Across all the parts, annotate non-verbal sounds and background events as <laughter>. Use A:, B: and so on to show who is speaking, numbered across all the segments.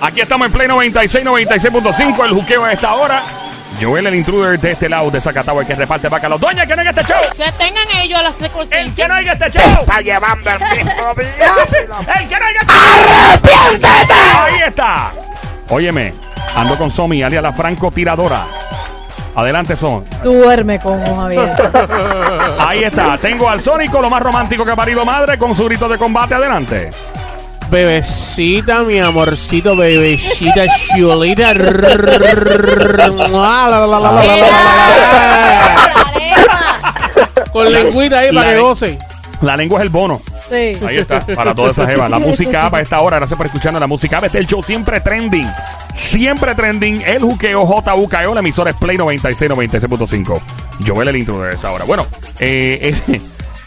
A: Aquí estamos en Play 96, 96.5. El juqueo a esta hora. Joel, el intruder de este lado de Zacatau, el que reparte vaca. Los dueños que no hay este show.
B: Que tengan ellos las
A: El
B: circunstancias.
A: que no hay este show.
C: Está llevando el
A: <laughs>
C: mismo viaje.
A: El que no hay este ¡Arrepiéntete! Ahí está. Óyeme, ando con Somi, alias la francotiradora. Adelante, Son.
D: Duerme con un abierto.
A: <laughs> Ahí está. Tengo al Sónico, lo más romántico que ha parido madre, con su grito de combate. Adelante.
E: Bebecita, mi amorcito, bebecita, chulita. Con lengüita ahí para que gocen.
A: La lengua es el bono.
D: Sí.
A: Ahí está, para todas esas jevas. La música para esta hora, gracias por escucharnos. La música app, este es el show siempre trending. Siempre trending. El juqueo JUKEO, E la emisora es Play 96, 96.5. Joel el intro de esta hora. Bueno, eh, este-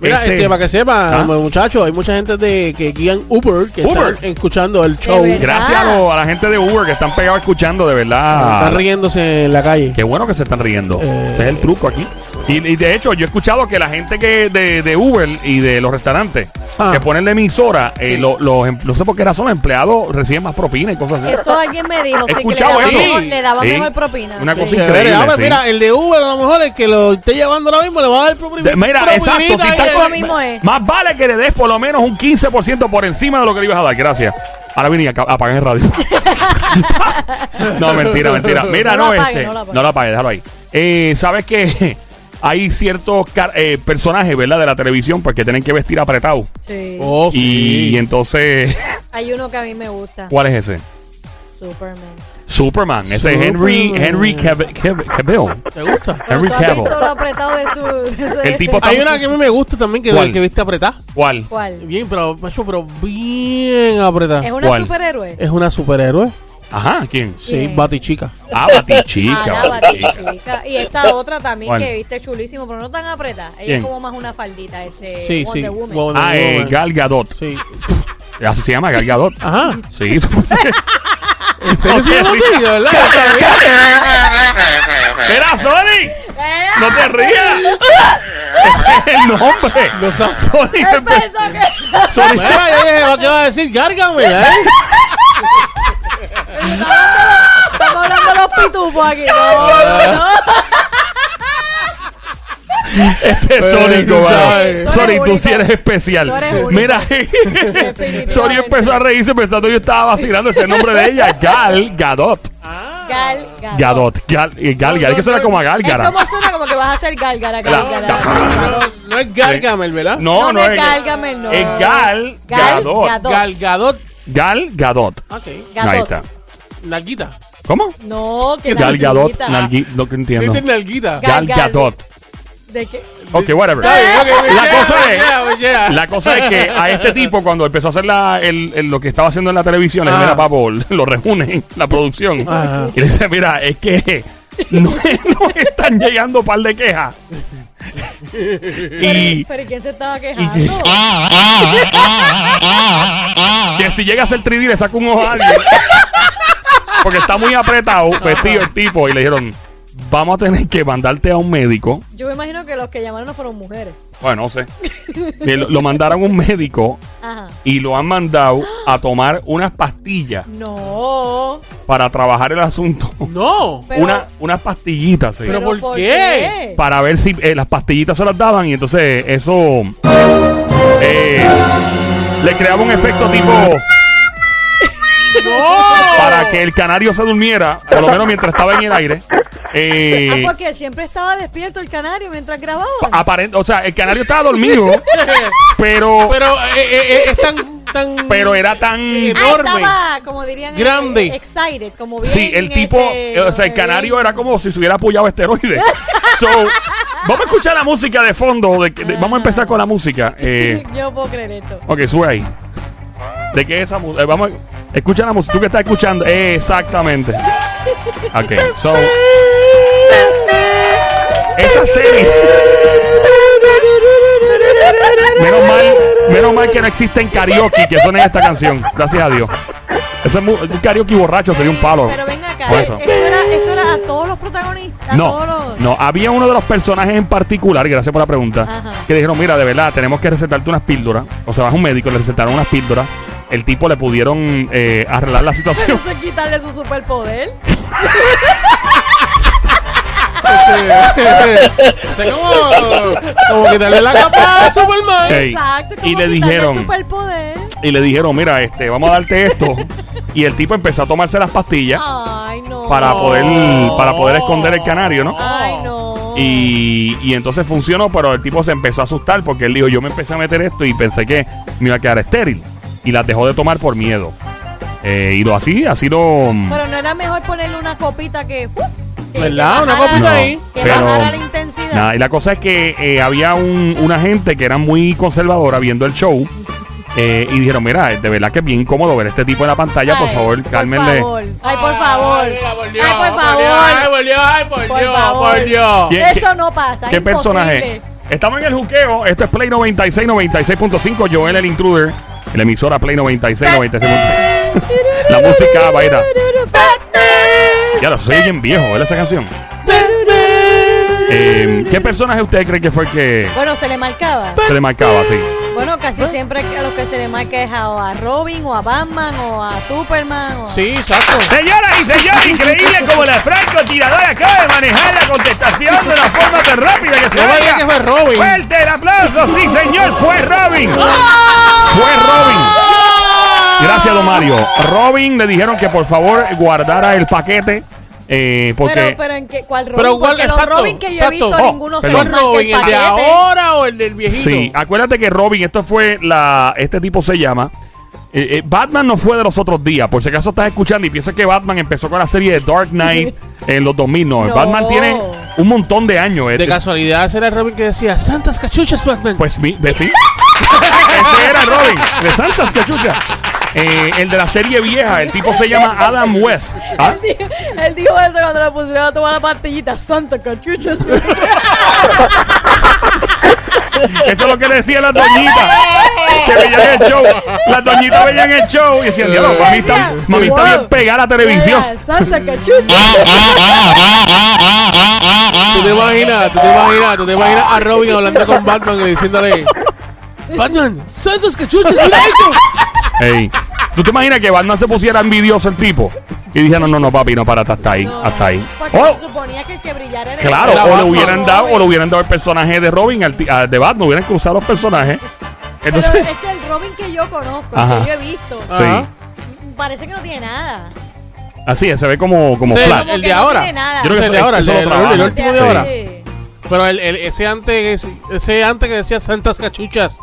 E: Mira,
A: este-
E: este, para que sepa,
A: ¿Ah?
E: muchachos, hay mucha gente de, que guían Uber que
A: Uber.
E: están escuchando el show.
D: verdad.
A: gracias a, lo- a la gente de Uber que están pegados escuchando, de
E: Están
A: verdad.
E: riéndose en la calle.
A: Qué bueno que se están riendo.
E: Eh.
A: Ese es el truco aquí. Y, y de hecho, yo he escuchado que la gente que de, de Uber y de los restaurantes
E: Ah.
A: que ponen la emisora, eh, lo- los em- no sé por qué razón, los empleados reciben más propina y cosas así.
D: Eso alguien me dijo, sí, que le
A: Escuchado
D: daba,
A: eso.
D: mejor, le daba
A: Sí.
D: mejor propina.
A: Una
D: sí.
A: cosa
E: Chévere,
A: increíble,
E: ah, pues
A: sí.
E: Mira, el de Uber a lo mejor el que lo esté llevando ahora mismo le va a dar propini-
A: De- mira,
E: propinita
A: exacto. Si
E: ahí
A: estás
E: en-
D: Eso mismo es.
A: Más vale que le des por lo menos un 15% por encima de lo que le ibas a dar. Gracias. Ahora vine y aca- apagué el radio. <laughs> no, mentira, mentira. Mira, no,
D: No la apague,
A: este,
D: no la apague.
A: no la apagues, déjalo ahí. Eh, ¿Sabes que <laughs> Hay ciertos car- eh, personajes, ¿verdad? De la televisión, porque tienen que vestir apretado.
D: Sí.
E: Oh,
A: Y,
E: sí.
A: entonces, <laughs>
D: Hay uno que a mí me gusta.
A: ¿cuál es ese?
D: Superman.
A: Superman. Ese es Henry,
E: Superman.
A: Henry Cav- Cav- Cavill.
E: ¿Te gusta?
A: Henry
D: ¿Tú has visto
A: Cavill.
D: lo apretado de su... de ese-
A: El tipo está-
E: Hay una que a mí me gusta también que,
A: ¿Cuál?
E: que viste apretada.
A: ¿Cuál?
D: ¿Cuál?
E: Bien, pero, macho, pero bien apretada.
D: ¿Es una
A: ¿Cuál?
D: superhéroe?
E: Es una superhéroe.
A: Ajá, ¿quién?
E: Sí,
D: Bien.
E: Batichica.
A: Ah,
D: Ah,
A: Batichica.
D: la
A: Batichica.
D: batichica. Y esta otra también
A: ¿Cuál?
D: que viste chulísimo, pero no tan apretada. Ella
A: ¿Quién?
D: es como más una faldita, este
E: Sí,
D: Wonder
E: sí.
D: Woman.
E: Wonder
A: Ah, eh,
E: Woman.
A: Gal Gadot.
E: Sí.
A: Así se llama Gal Gadot.
E: Ajá.
A: Sí. <laughs>
E: ¿En serio se llama así? ¿De verdad? Yo
A: <laughs>
E: sabía.
A: ¡Era Sonic! ¡No te rías! ¡Ese es el nombre!
E: No sabía.
A: Sonic se empe- Sonic-
E: Bueno, yo dije, ¿qué va a decir? Gárgame, ¿eh?
D: <laughs> Estamos hablando de los pitufos aquí. No, no.
A: Este es
E: Pero
A: Sonic,
E: tú
A: mano.
E: sabes.
A: Sonic, tú
D: Tú eres
A: sí
D: único.
A: eres especial.
D: Tú eres único.
A: Mira, Sonic
D: Definitivamente.
A: empezó a reírse pensando que yo estaba vacilando ese nombre de ella. Gal Gadot.
D: Gal, gal.
A: Gadot. Gal, eh, Gal, Gal. Que suena como a
D: Es
A: Gálgara.
D: como suena como que vas a hacer gálgara,
A: La-
D: gálgara.
E: No, no es Gárgame, ¿verdad?
A: No, no,
D: me
A: es
D: Gálgame, no.
A: Es Gal
D: Gal,
A: Gadot.
D: Gadot.
E: Galgadot.
A: Gal Gadot.
E: Ok.
D: Gadot.
A: Ahí está.
E: Nalguita.
A: ¿Cómo?
D: No, que
A: Gal Gadot.
D: nalguita.
A: Nalgui- No que entiendo.
E: Dice Este nalguita.
D: Ga-
A: Gal
D: Gal
A: Gadot.
D: ¿De qué?
A: Ok, whatever.
E: Está bien, ok, me
A: La
E: llega,
A: cosa
E: me
A: es-
E: llega, me llega.
A: La cosa es que a este tipo, cuando empezó a hacer la- el- el- lo que estaba haciendo en la televisión, le dice,
E: Ah.
A: mira, papo, <laughs> lo reúnen, la producción.
E: Ajá.
A: Y le dice, mira, es que no, no están llegando un par de quejas. y Ah.
D: Pero ¿y quién se estaba quejando?
A: <laughs> que si llega a ser 3D le saca un ojo
E: <laughs>
A: a alguien. Porque está muy apretado, vestido el tipo. Y le dijeron, vamos a tener que mandarte a un médico.
D: Yo me imagino que los que llamaron no fueron mujeres.
A: Bueno, no sé. Que lo, lo mandaron a un médico
D: Ajá.
A: y lo han mandado a tomar unas pastillas.
D: No.
A: para trabajar el asunto.
E: No.
D: Pero,
A: Una, unas pastillitas, sí.
E: Pero- ¿por qué?
D: Pa-
A: para ver si eh, las pastillitas se las daban y entonces eso eh, le creaba un efecto tipo para que el canario se durmiera, por lo menos mientras estaba en el aire.
D: Ah,
A: Eh,
D: porque siempre estaba despierto el canario mientras grababa. Ah,
A: aparent- o sea, el canario estaba dormido, pero,
E: Pero eh, eh, eh, es tan, tan...
A: pero era tan...
E: Eh,
D: Ah,
E: enorme.
D: estaba, como dirían,
E: Grande.
D: eh, excited, como bien.
A: Sí, el tipo,
D: este,
A: eh, o sea, el
D: eh,
A: canario era
D: <laughs>
A: como si se hubiera apoyado esteroides. So, vamos a escuchar la música de fondo. de- de- vamos a empezar con la música. Eh,
D: Yo no puedo creer esto.
A: ok, sube ahí. ¿De qué es esa música? Eh, vamos a, escucha la música. ¿Tú que estás escuchando? Eh, exactamente. Ok, so. Esa serie. Menos mal, menos mal que no existen karaoke que suenen esta canción. Gracias a Dios. Ese es mu- un karaoke borracho sería un palo.
D: Pero ven acá,
A: Por
D: eh,
A: eso.
D: esto era, esto era a todos los protagonistas. a
A: No,
D: todos los... <laughs>
A: no, había uno de los personajes en particular, y gracias por la pregunta,
D: Ajá.
A: que dijeron, mira, de verdad, tenemos que recetarte unas píldoras. O sea, vas a un médico, le recetaron unas píldoras el tipo le pudieron eh, arreglar la situación. <laughs>
D: Eso es quitarle su superpoder.
E: <laughs> Ese como, Este, como quitarle la capa a Superman.
A: Ey,
D: Exacto.
A: y
D: como quitarle
A: le dijeron-
D: El superpoder.
A: Y le dijeron, mira, este, vamos a darte esto. y el tipo empezó a tomarse las pastillas
D: Ay, no.
A: para poder, para poder esconder el canario, ¿no?
D: Ay, no.
A: Y, y entonces funcionó, pero el tipo se empezó a asustar porque él dijo, yo me empecé a meter esto y pensé que me iba a quedar estéril. Y las dejó de tomar por miedo. Eh, y lo así, así lo...
D: Pero no era mejor ponerle una copita que. ¡fu! que-
E: ¿Verdad?
D: que
E: Una
D: bajara-
E: copita ahí.
D: Que
A: pero-
D: bajara la intensidad.
A: Nada, y la cosa es que eh, había un- una gente que era muy conservadora viendo el show eh, y dijeron, mira, de verdad que es bien incómodo ver este tipo en la pantalla, por
D: Ay,
A: favor, cálmenle.
D: favor. Ay, por favor.
E: Ay, mira,
D: Ay,
E: Ah,
D: por
E: por Dios, Ay,
D: favor.
E: por Dios, ay, por
D: Por
E: Dios,
D: favor.
E: por Dios.
A: ¿Quién-
D: Eso no pasa.
A: ¿Qué
D: es imposible.
A: personaje? Estamos en el juqueo. Esto es Play 96, 96.5. Joel el Intruder. La emisora Play 96, 96.5. <laughs> La música baila. Ya lo soy bien viejo, ¿verdad esa canción? Eh, ¿Qué personaje ustedes creen que fue el que
D: Bueno, se le marcaba.
A: se le marcaba así?
D: Bueno,
A: ¿Eh?
D: casi siempre a los que se le marca es a, a Robin o a Batman o a Superman. O a-
E: Sí, exacto.
A: Señoras y señores, increíble como la francotiradora acaba de manejar la contestación de la forma tan rápida que
E: No me digas que fue Robin.
A: ¡Fuerte el aplauso! ¡Sí, señor! ¡Fue Robin!
D: ¡Oh!
A: ¡Fue Robin! Gracias, don Mario. Robin le dijeron que por favor guardara el paquete eh, porque...
D: Pero, pero en qué, ¿cuál Robin?
E: Pero igual,
D: Porque
E: exacto,
D: los Robin que yo
E: exacto.
D: he visto,
E: Oh,
D: ninguno se
A: perdón.
D: le marca el
E: ¿Fue Robin el de
D: paquete.
E: ahora o el del viejito?
A: Sí, ah, acuérdate que Robin, esto fue la. Este tipo se llama. eh, eh, Batman no fue de los otros días. Por si acaso estás escuchando y piensas que Batman empezó con la serie de Dark
D: <laughs>
A: Knight en los 2000. No,
D: No.
A: Batman tiene un montón de años.
E: De
A: Este-
E: casualidad será Robin que decía, Santas cachuchas, Batman.
A: pues mi, de <laughs> sí. Ese era Robin, de Santas Cachucha. Eh, el de la serie vieja, el tipo se llama Adam West. Ah,
D: Él dijo, él dijo eso cuando le pusieron a tomar la pastillita. Santo cachucha.
A: <laughs> Eso es lo que le decían las doñitas que veían el show. Las doñitas veían el show y decían, diablo, mami está, mami está bien pegada a la televisión.
D: eh, Santa
A: Ah,
D: cachucha.
E: ¿Tú te imaginas? ¿Tú te imaginas? ¿Tú te imaginas a Robin hablando con Batman y diciéndole, Batman, Santas cachuchas, mira esto?
A: Ey. ¿Tú te imaginas que Batman se pusiera envidioso el tipo? Y dije, no, no, no, papi, no, para hasta ahí, hasta ahí.
D: Porque
A: ¡Oh!
D: se suponía que el que brillara era
A: Claro,
E: Era
A: o le
E: Batman.
A: hubieran dado, o le hubieran dado el personaje de Robin al ti- a- de Batman, hubieran cruzado los personajes.
D: Pero
A: Entonces,
D: es que el Robin que yo conozco, el
A: Ajá.
D: que yo he visto,
E: Ajá.
D: parece que no tiene nada.
A: así es, se ve como, como
E: Sí,
A: flat.
E: como- El
D: que
E: de
D: no
E: ahora.
D: Tiene nada.
A: Yo creo que
E: El de
A: eso-
E: ahora, el
A: eso
E: de-
A: lo
E: el
A: trabajan.
E: último de
A: Sí.
E: ahora.
D: Sí.
E: Pero el, el- ese, antes, que- ese antes que decía Santas cachuchas,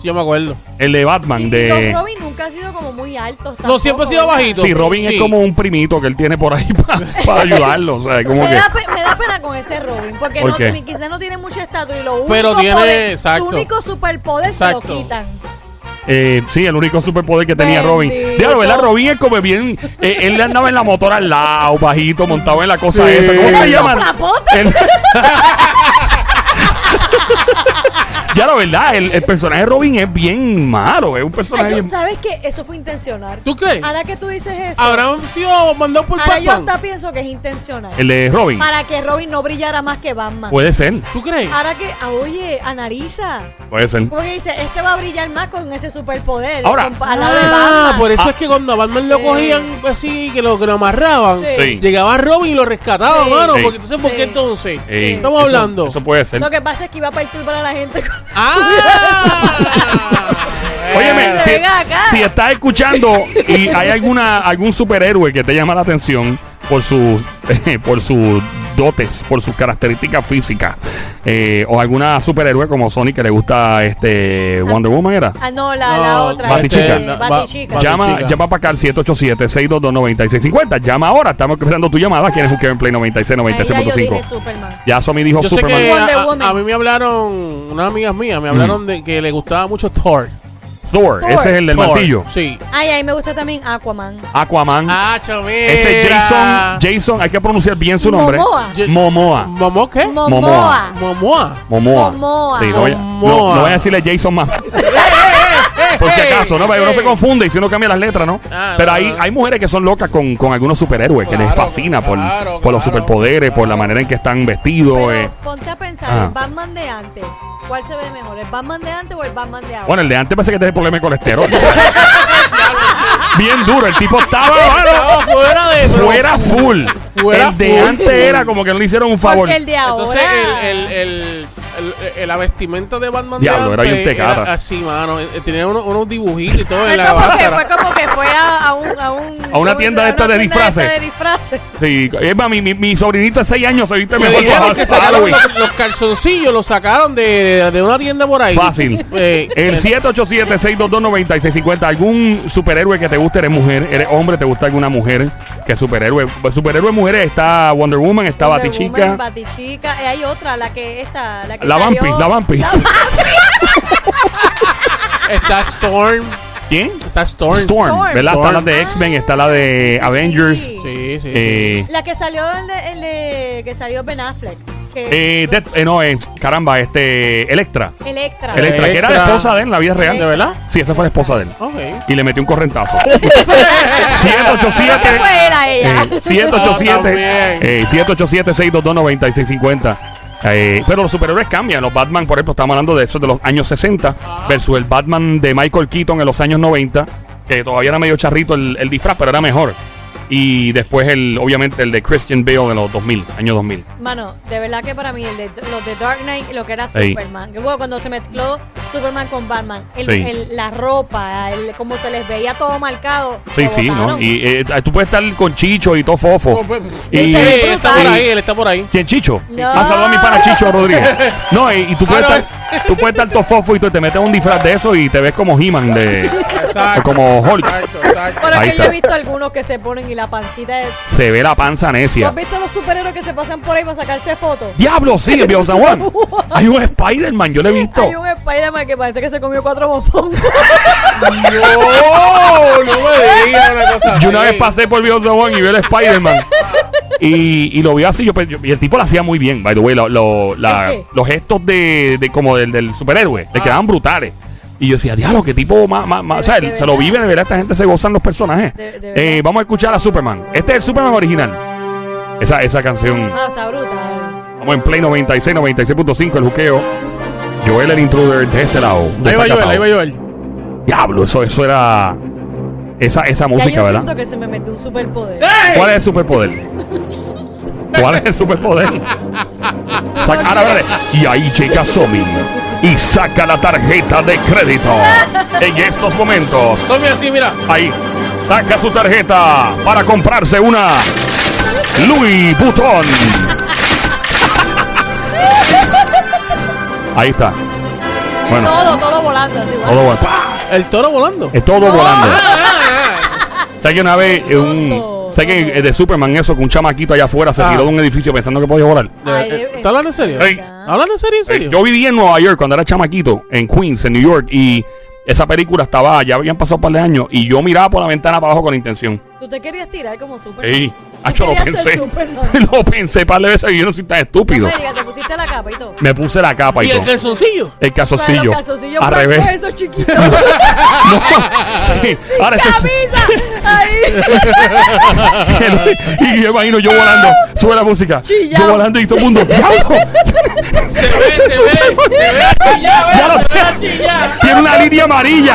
E: sí, yo me acuerdo.
A: El de Batman,
D: Y
A: de...
D: los Robin nunca ha sido como muy alto.
E: No, siempre ha sido bajito.
A: Sí, Robin
E: Sí.
A: es como un primito que él tiene por ahí <laughs> pa- para ayudarlo, o sea, como
D: Me
A: que...
D: da, pe- me da pena con ese Robin, porque
A: ¿Por
D: no,
A: qué?
D: ti- quizás no tiene mucha estatura y lo único
E: Pero tiene-
D: poder-
E: exacto.
D: su único superpoder se lo
E: Exacto.
D: quitan.
A: Eh, sí, el único superpoder que tenía Robin.
D: Bendito.
A: Dígalo, ¿verdad? Robin es como bien. eh, él andaba en la motora al lado, bajito, montado en la cosa
E: Sí.
A: esta. ¿Cómo
E: Era
A: se
E: el
A: llama?
D: soplapote.
A: El- <laughs> ya la verdad, el, el personaje de Robin es bien malo. Es un personaje
D: Ay, yo-
A: bien.
D: ¿Sabes qué? Eso fue intencional.
E: ¿Tú crees?
D: Ahora que tú dices eso,
E: Habrán sido mandados por
D: ahora yo hasta
E: Batman.
D: pienso que es intencional.
A: El Pues. de Robin.
D: Para que Robin no brillara más que Batman.
A: Puede ser,
E: ¿Tú crees?
D: Ahora que, ah, oye, analiza.
A: puede ser.
D: Porque dice, este va a brillar más con ese superpoder.
A: Ahora.
D: con- al lado de
E: Ah,
D: Batman.
E: por eso es que cuando a Batman lo
D: Sí.
E: cogían así, que lo, que lo amarraban,
D: Sí.
A: Sí.
E: llegaba Robin y lo rescataba,
D: Sí.
E: mano.
A: Sí.
E: Porque, entonces, ¿por
D: Sí.
E: qué entonces?
A: Eh,
E: Estamos
A: eso-
E: hablando.
A: Eso puede ser.
D: Lo que pasa es que iba a perturbar a la gente. con-
E: ¡Ah!
A: Óyeme,
D: Venga,
A: si,
D: venga acá.
A: si estás escuchando y hay alguna algún superhéroe que te llama la atención por sus <laughs> por sus dotes, por sus características físicas, eh, o alguna superhéroe como Sonic que le gusta este Wonder Woman era.
D: Ah, no, la, la
E: No,
D: otra.
A: Batichica.
D: eh,
E: No, va-
D: Batichica.
E: Vale,
A: Llama,
E: chica.
A: llama para acá al 787-622-9650. Llama ahora. Estamos esperando tu llamada. ¿Quién es un Kevin Play
D: Ahí ya yo dije
A: 96.5?
D: Superman.
A: Ya Somi dijo
E: Yo sé
A: Superman.
E: que
D: Wonder
E: a,
D: Woman.
E: a mí me hablaron, unas amigas mías, me hablaron de que le gustaba mucho Thor.
A: Thor,
D: Thor.
A: Ese es el Mm. del
E: Thor,
A: martillo.
E: Sí.
D: Ay, ahí me gusta también Aquaman.
A: Aquaman.
E: Ah, chavera.
A: Ese es Jason. Jason. Hay que pronunciar bien su nombre.
D: Momoa.
E: Ye-
A: Momoa.
E: ¿Momo qué?
D: Momoa.
E: ¿Eh? Momoa.
A: Momoa.
D: Momoa.
A: Sí, no, voy a-
E: Momoa.
A: no-
E: <laughs>
A: no voy a decirle Jason más.
E: ¡Eh, eh, eh!
A: por si
E: Ey,
A: acaso, ¿no? Para que uno
E: ey.
A: se confunde y si uno cambia las letras, ¿no?
E: Ah,
A: Pero
E: no,
A: hay,
E: no.
A: hay mujeres que son locas con, con algunos superhéroes, que les
E: Claro,
A: fascina por,
E: claro,
A: por los
E: claro,
A: superpoderes, por la
E: claro.
A: manera en que están vestidos.
D: Pero
A: eh.
D: ponte a pensar,
A: ajá.
D: ¿el Batman de antes? ¿Cuál se ve mejor? ¿El Batman de antes o el Batman de ahora?
A: Bueno, el de antes parece que tenía problema de
E: <laughs>
A: colesterol. Bien duro, el tipo estaba bueno,
E: Estaba fuera de. pero-
A: fuera full.
E: Fuera
A: el de
E: full.
A: antes era como que no le hicieron un favor.
D: Porque el de ahora.
E: Entonces, el, el, el, el, el- la vestimenta de Batman de
A: Diablo, era
E: antes
A: bien tecata.
E: así, mano. eh, Tenía unos, unos dibujitos y todo
D: Fue
E: en la
D: como que,
E: máscara.
D: fue como que fue a, a un, a, un-
A: A una
D: ¿cómo
A: tienda
D: se llama?
A: de estas
D: Una
A: de
D: tienda
A: disfraces.
D: estas de disfraces.
A: Sí, es más, mi, mi, mi sobrinito de 6 años se viste
E: Me
A: mejor
E: dijeron
A: para-
E: que
A: para
E: sacaron
A: Halloween.
E: los, los calzoncillos, los sacaron de, de, de una tienda por ahí.
A: Fácil.
E: Eh,
A: El
E: eh,
A: 787-622-9650. ¿Algún superhéroe que te guste? ¿Eres mujer? ¿Eres hombre? ¿Te gusta alguna mujer? que superhéroe? Pues, Superhéroe mujeres está Wonder Woman, está
D: Wonder Woman,
A: Batichica.
D: Batichica. Eh, hay otra, la que esta, la que
A: La
D: salió-
A: Vampi, la Vampi.
E: está Storm.
A: ¿Quién?
E: Está Storm.
A: Storm, ¿verdad? Está
E: Storm.
A: la de X-Men, está la de
D: Ah, sí,
A: Avengers.
D: sí.
E: Sí, sí. sí.
A: Eh,
D: La que salió el de, el de- que salió Ben Affleck. Que
A: eh, Death- eh, no, eh, caramba, este Electra.
D: Electra.
A: Electra, que era la
E: Electra.
A: esposa de él en la vida real.
E: ¿De verdad?
A: Sí, esa fue la esposa de él.
E: Ok.
A: Y le metió
D: <laughs>
A: un correntazo. <laughs>
D: ¿Qué
A: 787
D: fue era ella?
A: Eh,
E: No,
A: 787
E: Oh, también.
A: eh, 787 622 9650 eh, pero los superhéroes cambian. Los Batman, por ejemplo, estamos hablando de esos de los años 60
E: Ah.
A: versus el Batman de Michael Keaton en los años 90, que todavía era medio charrito el, el disfraz, pero era mejor. Y después, el obviamente, el de Christian Bale de los 2000, año 2000.
D: Mano, de verdad que para mí el de, los de Dark Knight y lo que era
A: Ey.
D: Superman. Que luego cuando se mezcló Superman con Batman, el,
A: Sí.
D: el- la ropa, el, como se les veía todo marcado.
A: Sí,
D: lo
A: sí, ¿no?
D: botaron.
A: Y eh, tú puedes estar con Chicho y todo fofo. Oh. Y,
E: Sí, Pues, él está por
D: y-
E: ahí, él está por ahí.
A: ¿Quién, Chicho?
D: No.
A: Ah, saluda a mi pana Chicho
E: <laughs>
A: Rodríguez. No, y, y tú, puedes
E: Ah, no.
A: estar, tú puedes estar tofofo y tú te metes un disfraz de eso y te ves como He-Man de...
E: Exacto.
A: Como Hulk.
E: Exacto, exacto.
D: Pero
A: Ahí
D: es que yo
A: está.
D: he visto algunos que se ponen y la pancita es.
A: Se ve la panza
D: ¿Tú
A: necia.
D: has visto los superhéroes que se pasan por ahí para sacarse fotos?
A: ¡Diablo, sí, en Viejo
D: <laughs>
A: San Juan! Hay un Spider-Man, yo lo he visto.
D: Hay un Spider-Man que parece que se comió cuatro bofongos.
E: Oh, No, no me digas una cosa.
A: Yo una
E: así.
A: vez pasé por Viejo San Juan y vi el Spider-Man. Y, y lo vi así, yo, pe- yo- y el tipo lo hacía muy bien, by the way. lo- lo- la-
D: ¿El qué? Ah.
A: los gestos de, de- como del, del superhéroe le quedaban brutales. Y yo decía, diablo, qué tipo más. más, más- o sea,
D: De- de
A: se lo
D: verdad.
A: vive de verdad, esta gente se gozan los personajes.
D: De- de
A: Eh,
D: verdad.
A: vamos a escuchar a Superman. Este es el Superman original. Esa, esa canción.
D: Ah, está bruta.
A: Vamos en Play 96, 96.5, el juqueo. Joel el intruder de este lado.
E: Ahí va Joel, ahí va
A: yo.
E: Joel.
A: Diablo, eso, eso era. Esa, esa
D: Ya
A: música,
D: yo
A: ¿verdad?
D: siento que se me metió un superpoder.
A: ¿Cuál es el superpoder? ¿Cuál es el superpoder? Saca, ahora, ahora, y ahí llega Somin y saca la tarjeta de crédito. En estos momentos,
E: Somi así, mira.
A: ahí saca su tarjeta para comprarse una Louis Vuitton. Ahí está. Bueno,
D: Todo, todo volando así.
A: todo
D: guau.
A: vol- ¡Pah!
E: El toro volando.
A: Es todo volando.
E: Ah,
A: Sé que una vez eh, un.
D: Tonto,
A: Sé que
D: tonto.
A: eh, de Superman eso, que un chamaquito allá afuera se
E: Ah.
A: tiró de un edificio pensando que podía volar.
D: Ay,
E: eh,
D: de-
E: ¿Está hablando en serio?
A: Ey.
E: ¿Está hablando en serio, en
A: Eh,
E: serio?
A: Yo vivía en Nueva York cuando era chamaquito, en Queens, en New York, y esa película estaba, ya habían pasado un par de años, y yo miraba por la ventana para abajo con la intención.
D: eh, Tú te querías tirar como Superman.
A: Ey,
D: Tú
A: acho, lo
D: querías ser
A: pensé.
D: Superman.
A: <laughs> lo pensé un par de veces y yo no soy tan
D: No
A: estúpido.
D: me digas, Pues, te pusiste la capa y todo.
A: Me puse la capa y,
E: ¿Y el
A: todo.
E: calzoncillo?
A: El
D: Pero
A: casocillo.
D: los calzoncillos
A: Al
D: blancos,
A: revés.
D: esos chiquitos.
A: <laughs>
D: <laughs>
A: No, sí. Ahora esto es- <laughs>
D: ¡Camisa! Ahí.
A: y yo imagino yo volando. Sube la música.
D: Chillao.
A: Yo volando y todo
D: <laughs>
A: el mundo. ¡diablo! <laughs>
E: Se ve, se ve, se ve a chillar,
A: Ya
E: ve
A: lo-
E: a chillar.
A: Tiene una línea amarilla.